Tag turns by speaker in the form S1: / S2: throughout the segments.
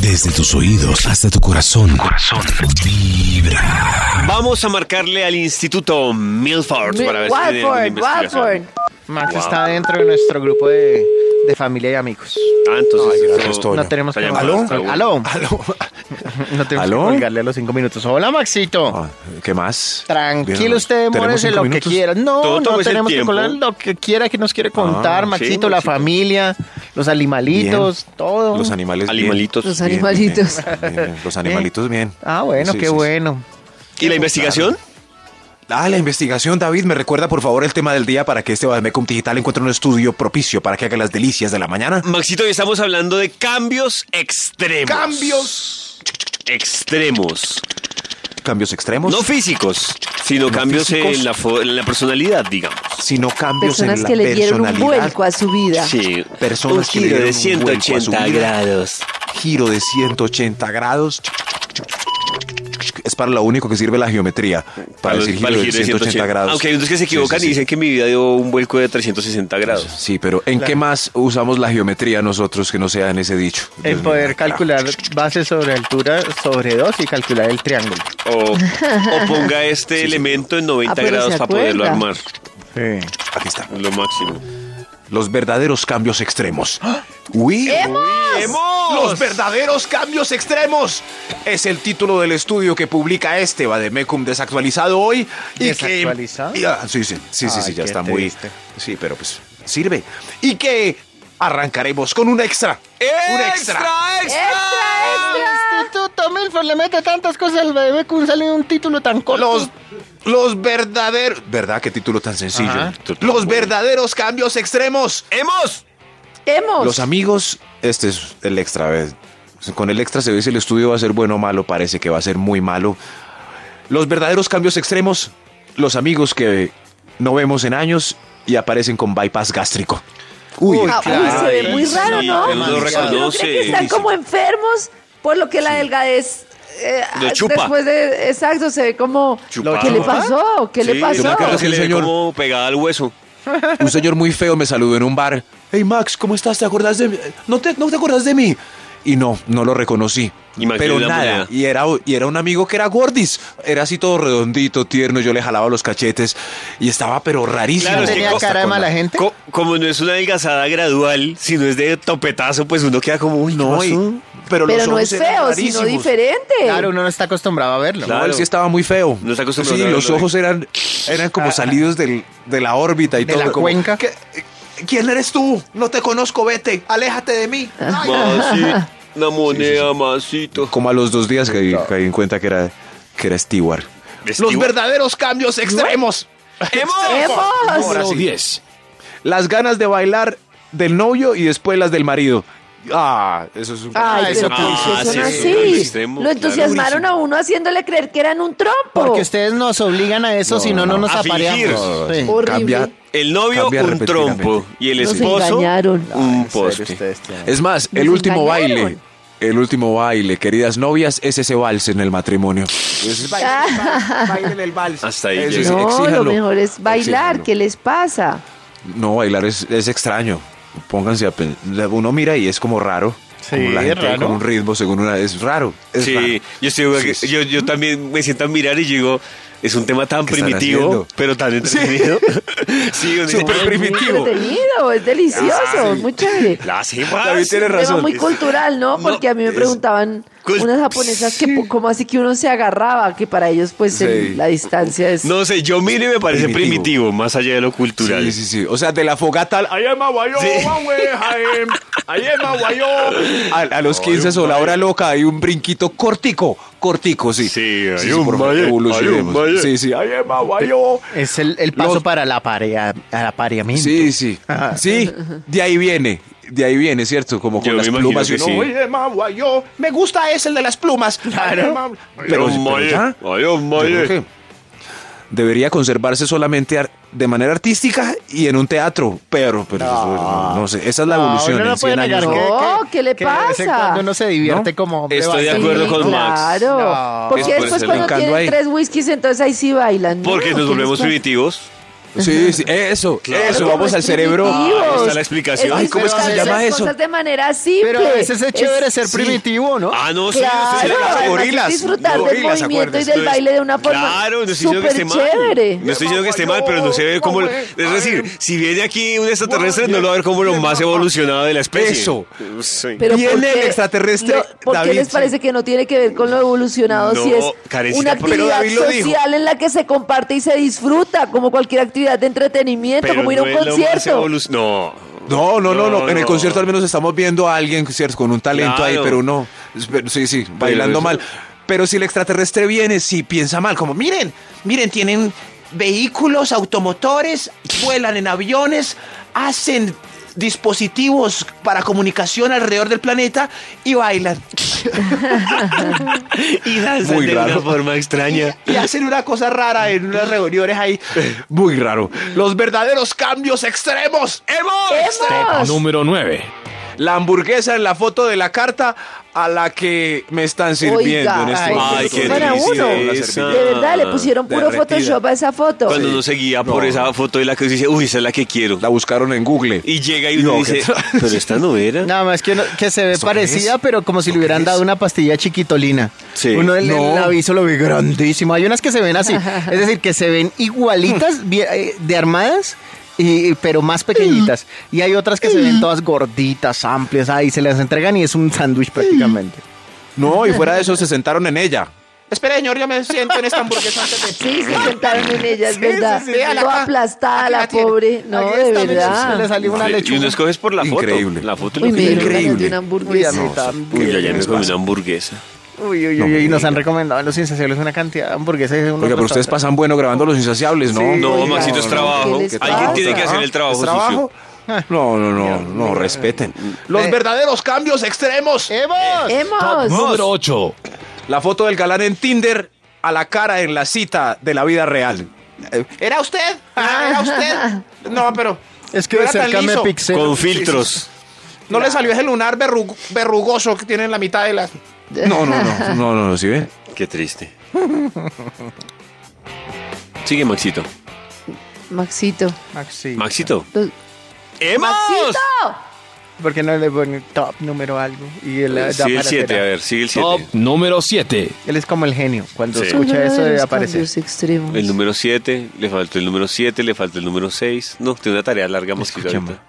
S1: Desde tus oídos hasta tu corazón. Corazón. Vibra.
S2: Vamos a marcarle al Instituto Milford para ver si tienen una
S3: Watford,
S2: investigación.
S3: Watford.
S4: Max está dentro de nuestro grupo de, de familia y amigos.
S2: Ah, entonces,
S5: Ay,
S2: esto-
S5: gracias, Toño.
S4: No tenemos que
S2: Esta
S5: ¿Aló?
S2: llamada está-
S4: ¿Aló?
S5: Aló.
S4: No tenemos
S5: ¿Aló?
S4: que colgarle a los cinco minutos. Hola, Maxito.
S5: Ah, ¿Qué más? Bien,
S4: Tranquilo, usted
S5: ¿tenemos
S4: demórese
S5: cinco
S4: lo
S5: minutos?
S4: que quiera. No,
S2: Todo, todo
S4: no
S2: es el
S4: tenemos que
S2: tiempo. Ah,
S4: colgar lo que quiera que nos quiere contar,
S5: sí,
S4: Maxito, la
S2: Maxito.
S4: familia, los animalitos, todo.
S5: Los animales. bien.
S2: Animalitos.
S5: Bien,
S2: Los
S5: bien,
S3: animalitos.
S5: bien, bien. Los animalitos, bien.
S4: ah, bueno,
S5: Sí,
S4: qué
S5: sí, sí.
S4: bueno.
S2: ¿Y la investigación?
S5: Ah, la investigación, David, me recuerda por favor el tema del día para que este Badmecum Digital encuentre un estudio propicio para que haga las delicias de la mañana.
S2: Maxito, hoy estamos hablando de cambios extremos.
S5: Cambios.
S2: Extremos.
S5: Cambios extremos.
S2: No físicos, sino cambios
S5: físicos.
S2: En, la fo- en la personalidad, digamos.
S5: sino cambios
S3: Personas
S5: en la
S3: que le dieron un
S5: personalidad.
S3: vuelco a su vida.
S2: Sí.
S5: Personas
S2: un
S5: que le
S2: giro de
S5: dieron un vuelco a su
S2: 180
S5: vida.
S2: grados.
S5: Giro de 180 grados. Es para lo único que sirve la geometría. Para,
S2: los-
S5: decir
S2: para
S5: giro,
S2: el
S5: de 180, grados.
S2: Aunque hay unos que se
S5: Sí, sí,
S2: equivocan
S5: sí.
S2: y dicen que mi vida dio un vuelco de 360 grados.
S5: Sí, pero ¿en qué más usamos la geometría nosotros que no sea en ese dicho? Dios
S4: El
S5: mío.
S4: poder calcular bases sobre altura, sobre dos y calcular el triángulo.
S2: O, o ponga este elemento en 90
S3: Ah, pero
S2: grados
S3: se
S2: para poderlo
S3: acuerda.
S2: armar.
S4: Sí.
S5: Aquí está.
S2: Lo máximo.
S5: Los verdaderos cambios extremos. ¡Uy! Los verdaderos cambios extremos es el título del estudio que publica este Bademecum desactualizado hoy. y que-
S4: ¿Desactualizado?
S5: y, ah, sí, sí, sí, sí,
S4: Ay,
S5: sí,
S4: qué
S5: ya está
S4: triste.
S5: muy. Sí, pero pues sirve. Y que arrancaremos con un extra. Un extra.
S4: Instituto Milford le mete tantas cosas al bebé que un- sale un título tan corto.
S5: Los, los verdaderos. ¿Verdad? Qué título tan sencillo.
S4: Ajá.
S5: Los verdaderos cambios extremos.
S2: ¡Hemos!
S3: Hemos.
S5: Los amigos, este es el extra. ¿ves? Con el extra se ve si el estudio va a ser bueno o malo, parece que va a ser muy malo. Los verdaderos cambios extremos, los amigos que no vemos en años y aparecen con bypass gástrico. Uy,
S3: Ah, uy, se ve muy
S2: sí,
S3: raro, ¿no?
S2: uno lo
S3: Uno
S2: reconoce.
S3: cree que están como enfermos por lo que la delgadez. eh,
S2: Lo chupa.
S3: Después de. Exacto, se ve como.
S2: Chupado.
S3: ¿Qué le pasó? ¿Qué le
S2: Sí,
S3: pasó?
S2: yo me acuerdo que
S5: Sí,
S2: le ve
S5: señor.
S2: como pegada al hueso.
S5: un señor muy feo me saludó en un bar. Hey Max, ¿cómo estás? ¿Te acordás de mí? ¿No te, no te acordás de mí? Y no, no lo reconocí.
S2: Y Max
S5: pero
S2: le dio la
S5: nada.
S2: moneda.
S5: Y era, y era un amigo que era gordis. Era así todo redondito, tierno. Yo le jalaba los cachetes. Y estaba pero rarísimo.
S2: Claro, es que
S5: Hasta
S4: tenía
S2: co-
S5: con
S4: cara de
S5: la-
S4: mala gente.
S2: Co- como no es una adelgazada gradual, sino es de topetazo, pues uno queda como, uy, no,
S5: No, y-
S2: y-
S5: pero, los
S3: Pero no
S5: ojos
S3: es
S5: eran
S3: feo, sino
S5: rarísimos.
S3: diferente.
S4: Claro, uno no está acostumbrado a verlo.
S5: No,
S2: Claro.
S5: él sí estaba muy feo.
S2: No está acostumbrado
S5: sí,
S2: a
S5: los
S2: verlo.
S5: ojos eran, eran como salidos del- de la órbita y
S4: Ah. De
S5: todo.
S4: la
S5: como,
S4: cuenca.
S5: "¿Qué- ¿Quién eres tú? No te conozco, vete. Aléjate de mí.
S3: Ah.
S5: Ay,
S2: Masito, una moneda, masito.
S5: Como a los dos días que caí en cuenta que era, que era Stewart.
S2: Stewart.
S5: Los verdaderos cambios extremos.
S3: ¡Hemos!
S5: Ahora
S1: Número
S5: sí.
S1: 10.
S5: Las ganas de bailar del novio y después las del marido. Ah, eso es un
S4: Ay,
S3: Ay,
S4: eso
S3: pero ¿por
S2: ah,
S3: qué son
S2: sí,
S3: así?
S2: sí, sí, extremo,
S3: lo
S2: claro.
S3: entusiasmaron a uno haciéndole creer que eran un trompo.
S4: Porque ustedes nos obligan a eso, si no, no nos
S2: A fingir.
S4: apareamos. Sí.
S3: Horrible.
S5: cambiar.
S2: El novio,
S5: Cambia
S2: un
S5: repentinamente.
S2: trompo. Y el
S3: Nos
S2: esposo,
S3: engañaron.
S2: un
S4: En serio,
S2: poste.
S4: ustedes tienen-
S5: Es más, el
S3: Nos
S5: último
S3: engañaron.
S5: baile. El último baile, queridas novias, es ese vals en el matrimonio. Es baile, el vals.
S2: Hasta ahí
S5: Eso
S2: llega.
S5: sí,
S3: No,
S5: exíjanlo.
S3: lo mejor es bailar.
S5: Exíjanlo.
S3: ¿Qué les pasa?
S5: No, bailar es, es extraño. Pónganse a pen- Uno mira y es como raro.
S4: Sí,
S5: como la gente
S4: es raro.
S5: con un ritmo según una. Es raro. es
S2: Sí,
S5: raro.
S2: yo, estoy-
S5: Sí, sí.
S2: yo, yo también me siento a mirar y digo, es un tema tan
S5: ¿Qué están
S2: primitivo,
S5: haciendo?
S2: pero tan entretenido. Sí, un
S5: Súper primitivo.
S3: entretenido, es delicioso,
S2: Ah, sí.
S3: muy chévere.
S2: La cepa.
S5: David tiene
S3: Un tema
S5: razón.
S3: muy cultural, ¿no?
S2: No,
S3: Porque a mí me
S2: es-
S3: preguntaban
S2: cul-
S3: unas japonesas que po- cómo así que uno se agarraba, que para ellos pues el-
S5: Sí.
S3: la distancia es...
S2: No sé, yo miro y me parece primitivo,
S5: Primitivo.
S2: más allá de lo cultural.
S5: Sí, sí, sí. O sea, de la fogata al. "I am a guayó,
S2: Sí.
S5: one way, I am- I am a guayó". A, a los 15 o la hora loca hay un brinquito cortico, cortico, sí.
S2: Sí, hay un
S5: por favor,
S2: valle,
S5: evolucionemos.
S2: hay un valle.
S5: Sí, sí, I am a guayó.
S4: Es el, el paso
S5: Los-
S4: para el aparea- el apareamiento.
S5: Sí, sí. Sí, de ahí viene. De ahí viene, ¿cierto? Como con
S2: Yo
S5: las
S2: me imagino
S5: plumas.
S2: que
S5: y uno,
S2: sí.
S5: "Oye, ma, guay, yo, me gusta ese, el de las plumas. Ay, ma, Pero,
S2: Ay,
S5: pero
S2: oye,
S5: ya,
S2: ay,
S5: yo
S2: oye.
S5: creo que debería conservarse solamente ar- de manera artística y en un teatro. Pero, pero eso, no, no sé. Esa es la
S4: No,
S5: evolución.
S4: Ah, uno no
S5: en
S4: puede
S5: 100 años,
S4: negar
S3: que- No, Oh, ¿qué le
S4: De vez en
S3: pasa?
S4: cuando uno se divierte como hombre
S2: Estoy de
S3: Sí,
S4: bailando.
S2: acuerdo con Max.
S3: Claro,
S4: No.
S3: porque
S2: Es por
S3: después
S2: eso,
S3: cuando
S5: brincando
S3: tienen
S5: ahí.
S3: tres whiskies entonces ahí sí bailan. ¿no?
S2: Porque
S3: ¿Qué
S2: nos volvemos
S3: les pasa?
S2: primitivos.
S5: Sí, sí, eso,
S2: Claro.
S5: eso, vamos al cerebro.
S3: primitivos.
S2: Ahí está la explicación.
S3: Es
S5: Ay, ¿cómo es que se
S3: buscar
S5: llama
S3: las
S5: eso?
S3: cosas de manera simple.
S4: Pero a veces es chévere ser
S5: sí.
S4: primitivo, ¿no?
S2: Ah, no, sí,
S3: Claro,
S2: usted se
S5: las
S2: la-
S3: además
S5: gorilas,
S3: disfrutar del
S5: gorilas,
S3: movimiento y
S5: acuérdese,
S3: del
S2: Entonces,
S3: baile de una forma
S2: Claro, no estoy diciendo que
S3: súper
S2: esté
S3: chévere.
S2: mal. No estoy diciendo que esté mal, pero no se ve como... Es decir, si viene aquí un extraterrestre, no lo va a ver como lo más evolucionado de la especie.
S5: Eso.
S2: Sí.
S3: Pero
S5: Viene
S3: ¿por qué?
S5: el extraterrestre,
S3: Lo- ¿Por
S5: David,
S3: qué les
S5: sí.
S3: parece que no tiene que ver con lo evolucionado
S2: No,
S3: si es
S2: Karencita,
S3: una
S2: pero
S3: actividad
S5: David lo dijo.
S3: social en la que se comparte y se disfruta, como cualquier actividad de entretenimiento,
S2: Pero
S3: como ir a
S2: no
S3: un
S2: es lo más
S3: concierto?
S2: evolu- No.
S5: No, no, no, no. En el
S2: no.
S5: concierto al menos estamos viendo a alguien ¿cierto? con un talento ahí,
S2: Claro.
S5: pero no. pero Sí, sí, bailando
S2: eso-
S5: mal. Pero si el extraterrestre viene, si piensa mal, como miren, miren, tienen vehículos, automotores, vuelan en aviones, hacen dispositivos para comunicación alrededor del planeta y bailan.
S2: Y danza
S5: Muy
S2: de
S5: raro.
S2: una forma extraña.
S5: Y hacen una cosa rara en unas reuniones ahí. Muy raro. Los verdaderos cambios extremos. ¡Hemos!
S3: ¡Hemos!
S1: Número 9.
S5: La hamburguesa en la foto de la carta a la que me están sirviendo
S3: Oiga,
S5: en este
S3: ay,
S5: momento.
S2: Ay, qué
S3: Para
S2: delicia
S3: uno.
S5: La
S2: esa.
S5: servilleta.
S3: De verdad, le pusieron puro
S5: Derretida.
S3: Photoshop a esa foto.
S2: Cuando uno se guía por
S5: No.
S2: esa foto de la que uno dice, uy, esa es la que quiero.
S5: La buscaron en Google.
S2: Y llega y uno
S5: No,
S2: dice,
S5: ¿qué tal?
S2: pero esta no era.
S4: Nada más que, no- que se ve
S5: ¿Eso qué
S4: parecida,
S5: es?
S4: pero como si
S5: ¿Eso
S4: le hubieran
S5: qué es?
S4: dado una pastilla chiquitolina.
S2: Sí.
S4: Uno el,
S5: No.
S4: el aviso lo ve grandísimo. Hay unas que se ven así, es decir, que se ven
S5: Mm.
S4: igualitas bien, eh, de armadas. y- pero más pequeñitas. Y hay otras que se
S5: Mm.
S4: ven todas gorditas, amplias, ahí se las entregan y es un
S5: Mm.
S4: sándwich prácticamente.
S5: No, y fuera de eso se sentaron en ella. Espera, señor, yo me siento en esta hamburguesa antes
S3: Sí,
S2: Ah,
S3: se sentaron en ella, es verdad.
S4: sí, sí, sí.
S3: Toda aplastada, la pobre. No,
S4: Aquí
S3: de
S4: está, mire,
S3: verdad.
S4: se le salió una
S2: Sí, Y uno
S4: lechuga.
S2: escoges por la foto.
S5: Increíble.
S2: La foto
S3: Uy, me dieron ganas
S5: Increíble.
S3: de una
S4: Uy, a
S3: hamburguesa.
S4: mí
S5: No,
S4: también.
S2: Uy, yo ya me comí una hamburguesa.
S4: Uy, uy, uy, y nos han recomendado en los insaciables una cantidad de hamburguesas. de unos
S5: Oiga, pero ustedes
S4: restaurantes.
S5: pasan bueno grabando los insaciables, ¿no?
S4: Sí,
S2: No,
S4: Oiga,
S2: Maxito, es
S4: no,
S2: trabajo.
S3: ¿qué les
S2: Alguien
S3: pasa?
S2: tiene que hacer el trabajo
S5: ¿Es trabajo?
S2: sucio.
S5: Ah, No, no, no, no, respeten. Los
S4: Eh.
S5: verdaderos cambios extremos.
S3: Eh.
S4: ¡Hemos!
S3: ¡Hemos!
S1: Número 8.
S5: La foto del galán en Tinder a la cara en la cita de la vida real. Eh, ¿Era usted? Ah, ¿Era usted? No, pero...
S4: Es que de
S5: no era tan
S4: cerca me
S5: liso.
S4: pixé.
S2: Con filtros.
S5: No le salió ese lunar verrug- verrugoso que tiene en la mitad de la... No, no, no, no, no, no, ¿sí ve?
S2: Qué triste. Sigue, Maxito.
S3: Maxito.
S4: Maxi.
S2: Maxito.
S3: Los-
S2: ¡Hemos!
S3: ¡Maxito!
S4: ¿Por qué no le ponen top número algo? Y él eh, da
S2: Sigue el
S4: para
S2: 7,
S4: atrás.
S2: a ver, sigue el
S1: Top
S2: 7.
S1: número 7.
S4: Él es como el genio. Cuando
S2: Sí.
S4: escucha
S3: Uno
S4: eso
S3: de
S4: debe
S3: los
S4: aparecer.
S3: cambios extremos.
S2: El número 7, le faltó el número 7, le faltó el número 6. No, tiene una tarea larga, Maxito.
S5: Escuchemos.
S2: ahorita.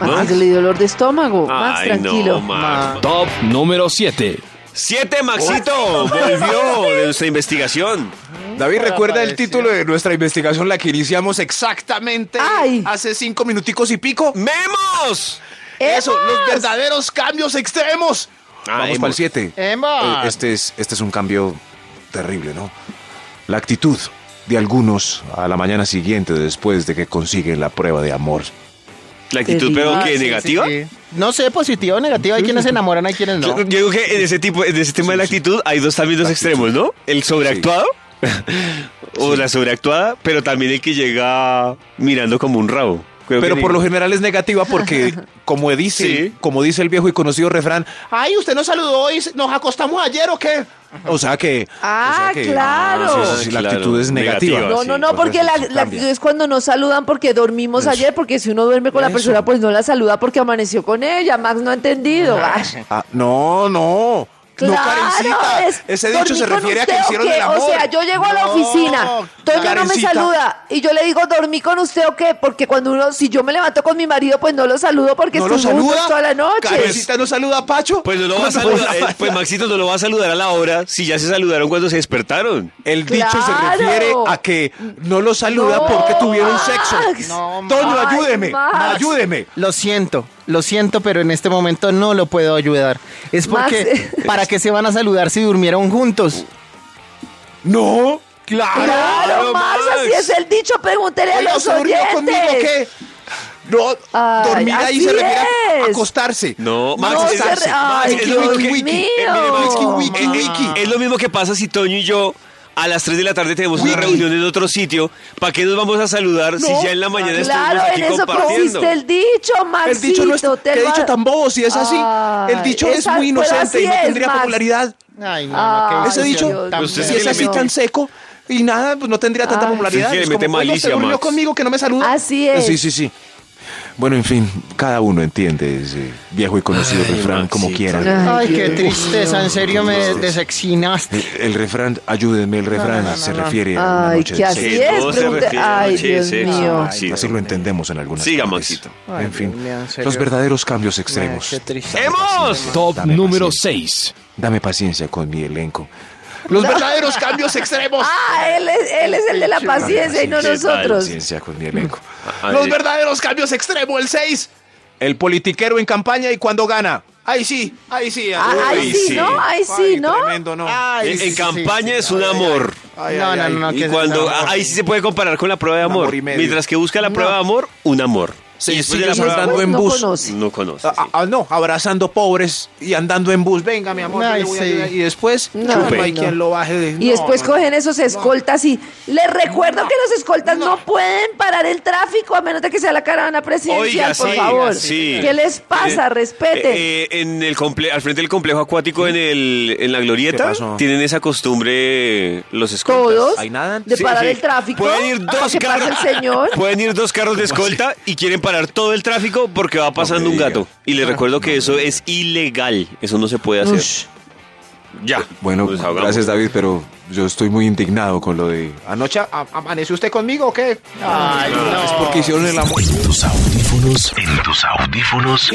S3: Max,
S2: Max.
S3: le dio dolor de estómago. Max,
S2: Ay,
S3: tranquilo.
S2: no, Max.
S1: Top número 7.
S2: ¡Siete, Maxito! Volvió de nuestra investigación.
S5: David, ¿recuerda el
S4: apareció.
S5: título de nuestra investigación, la que iniciamos exactamente
S3: Ay.
S5: hace cinco minuticos y pico?
S2: ¡Memos!
S5: Eso, los
S3: ¡Hemos!
S5: verdaderos cambios extremos.
S2: Ah,
S5: Vamos
S2: hemos.
S5: para el 7.
S4: ¡Hemos!
S5: Este es, este es un cambio terrible, ¿no? La actitud de algunos a la mañana siguiente después de que consiguen la prueba de amor.
S2: La actitud, pero
S3: Ah,
S2: que
S4: Sí, sí,
S2: negativa.
S4: sí. No sé, positiva o negativa. Hay quienes se enamoran, hay quienes no.
S2: Yo digo que en ese tipo, en ese tema de la actitud, hay dos también dos extremos, ¿no? El sobreactuado o la sobreactuada, pero también el que llega mirando como un rabo. Creo
S5: Pero
S2: que
S5: por
S2: ni-
S5: lo general es negativa porque, como dice,
S2: Sí.
S5: como dice el viejo y conocido refrán, ay, usted nos saludó hoy, nos acostamos ayer o qué. O sea que.
S3: Ah,
S5: o sea que- ah,
S3: claro.
S5: Sí, sí, sí, la
S2: Ah, Claro,
S5: actitud es negativa.
S2: negativa,
S3: No, no, no,
S5: Entonces,
S3: porque la, la
S5: eso cambia.
S3: actitud es cuando no saludan porque dormimos ayer, porque si uno duerme con la
S5: Eso.
S3: persona, pues no la saluda porque amaneció con ella. Max no ha entendido. Ay.
S5: Ah, no, no.
S3: Claro,
S5: no, Karencita.
S3: es-
S5: Ese dicho
S3: dormí
S5: se
S3: con
S5: refiere a que
S3: usted o
S5: hicieron
S3: qué?
S5: el amor.
S3: O sea, yo llego a la
S5: No,
S3: oficina, Toño no me
S5: Karencita.
S3: saluda y yo le digo, ¿dormí con usted o qué? Porque cuando uno, si yo me levanto con mi marido, pues no lo saludo porque
S5: ¿No lo
S3: estuvimos juntos
S5: saluda?
S3: este toda la noche.
S5: Karencita no saluda a Pacho.
S2: Pues no lo va a
S5: ¿Cuándo
S2: saludar, eh, pues Maxito no lo va a saludar a la hora si ya se saludaron cuando se despertaron.
S5: El dicho se
S3: ¡Claro!
S5: refiere a que no lo saluda
S3: No,
S5: porque tuvieron
S3: Max.
S5: sexo.
S3: No,
S5: Toño,
S3: Max.
S5: ayúdeme.
S3: Max.
S5: Ayúdeme.
S4: Lo siento, lo siento, pero en este momento no lo puedo ayudar. Es porque,
S3: Max-
S4: ¿para qué se van a saludar si durmieron juntos?
S5: No. Claro.
S3: Claro, Max, así es el dicho, pregúntele a
S5: Oiga,
S3: los
S5: ¿se durmió
S3: oyentes.
S5: conmigo o qué? No,
S3: Ay,
S5: dormir ahí
S3: así
S5: se refiere a
S3: es.
S5: acostarse.
S2: No, Max,
S3: No,
S2: es,
S3: se
S2: Max,
S3: re- ay,
S2: es lo mismo
S3: Dios
S2: que
S3: mío.
S2: Eh, mire, Max, que Wiki,
S5: Max.
S2: Wiki. Es lo mismo que pasa si Toño y yo a las 3 de la tarde tenemos una
S5: Wiki.
S2: reunión en otro sitio. ¿Para qué nos vamos a saludar si ya en la mañana
S3: Claro,
S2: estuvimos aquí
S3: en eso
S2: compartiendo?
S3: consiste el dicho, Maxito.
S5: El dicho no es
S3: te
S5: que
S3: lo
S5: dicho
S3: ha-
S5: tan bobo si es así. el
S3: Ay,
S5: dicho es
S3: esa-
S5: muy
S3: pero
S5: inocente
S3: así
S5: y no
S3: es,
S5: tendría
S3: Max.
S5: popularidad.
S4: Ay,
S3: Ay,
S4: qué
S5: Ese
S3: Dios
S5: Ah,
S2: Pues
S5: dicho, pues,
S3: mío.
S5: si es así
S3: No.
S5: tan seco, Y nada, pues no tendría tanta
S4: Ah.
S3: Ay.
S5: popularidad.
S2: Sí, le
S5: Es
S2: mete
S5: "Oiga,
S2: malicia,
S5: se durmió
S2: Max.
S5: conmigo que no me saluda. Eh,
S3: Así es.
S5: Sí, sí, sí. Bueno, en fin, cada uno entiende ese viejo y conocido
S2: Ay,
S5: refrán como
S2: Maxito.
S5: quiera.
S3: Ay,
S4: Ay, qué
S3: Dios
S4: tristeza, en serio me desexinaste.
S5: El, el refrán, ayúdenme, el refrán
S4: no, no,
S5: se
S4: no.
S5: refiere a una
S3: Ay,
S5: noche
S3: que
S5: de
S3: así
S5: sexo.
S2: Que
S3: es.
S2: no se
S3: pregunta-
S4: Ah.
S2: refiere a
S3: Ay,
S2: noche de
S3: Dios
S2: sexo.
S3: mío.
S2: Maxito.
S5: Así lo entendemos en algunas
S2: Siga,
S5: partes.
S2: Maxito.
S4: Ay,
S5: En fin,
S4: Dios mío, en serio.
S5: los verdaderos cambios extremos.
S4: Qué tristeza.
S2: Em, ¡Hemos!
S1: Top
S5: Dame
S1: número
S5: paciencia.
S1: 6.
S5: Dame paciencia con mi elenco. Los verdaderos cambios extremos.
S3: Ah, él es, él es el de la paciencia y no
S2: ¿Qué tal,
S3: nosotros.
S5: Paciencia con mi elenco.
S2: A- a
S5: Los
S2: ver.
S5: verdaderos cambios extremos, el 6. El politiquero en campaña y cuando gana. Ahí sí, ahí sí.
S3: Ah,
S2: Uy,
S3: Ay, sí,
S2: sí.
S3: ¿no? Ay, sí,
S5: Ay,
S3: ¿no? Ah.
S5: Tremendo, no.
S4: Ay,
S2: En, en
S4: sí, sí,
S2: campaña
S4: sí.
S2: es un amor.
S5: Ay,
S4: No,
S5: ay,
S4: no,
S5: ay.
S4: no, no,
S2: Y
S4: que-
S2: cuando
S4: no, no,
S2: ahí
S4: sí.
S2: sí se puede comparar con la prueba de
S5: Un
S2: amor.
S5: amor y medio.
S2: Mientras que busca la prueba de amor, un amor.
S5: Se
S2: Y después de
S5: sigue
S2: la prueba de
S5: saltando
S2: amor,
S5: en
S3: no
S5: bus.
S3: conoce.
S2: no conoce.
S5: Ah,
S2: sí.
S5: ah, no, abrazando pobres y andando en bus. Venga, mi amor, yo
S4: Ay,
S5: le voy a
S4: sí.
S5: ayudar. Y después,
S3: No,
S5: chupe, no hay
S3: no.
S5: quien lo baje. de-
S3: Y
S5: no,
S3: después
S5: no, no.
S3: cogen esos escoltas y les recuerdo que los escoltas no. pueden parar el tráfico a menos de que sea la caravana presidencial,
S2: Oiga,
S3: por
S2: sí,
S3: favor.
S2: sí.
S3: ¿Qué les pasa?
S2: Eh,
S3: Respeten.
S2: eh, eh, en el comple- al frente del complejo acuático en, el, en la
S5: ¿Qué
S2: glorieta
S5: pasó?
S2: tienen esa costumbre los escoltas.
S3: Todos
S5: ¿Ahí nadan?
S3: de
S2: Sí,
S3: parar
S2: sí.
S3: el tráfico.
S2: Pueden ir
S3: para
S2: dos
S3: que pase
S2: carros.
S3: el señor.
S2: Pueden ir dos carros de escolta y quieren parar todo el tráfico porque va pasando
S5: me
S2: un
S5: diga. Ah,
S2: gato. Y les recuerdo que eso es ilegal. Eso no se puede hacer.
S3: Ush.
S2: Ya.
S5: Bueno,
S2: nos Pues ahogamos.
S5: gracias David, pero yo estoy muy indignado con lo de anoche.
S4: ¿A- ¿Amaneció usted conmigo o qué? Ay,
S5: Es porque hicieron el amor.
S1: En tus audífonos. En tus audífonos.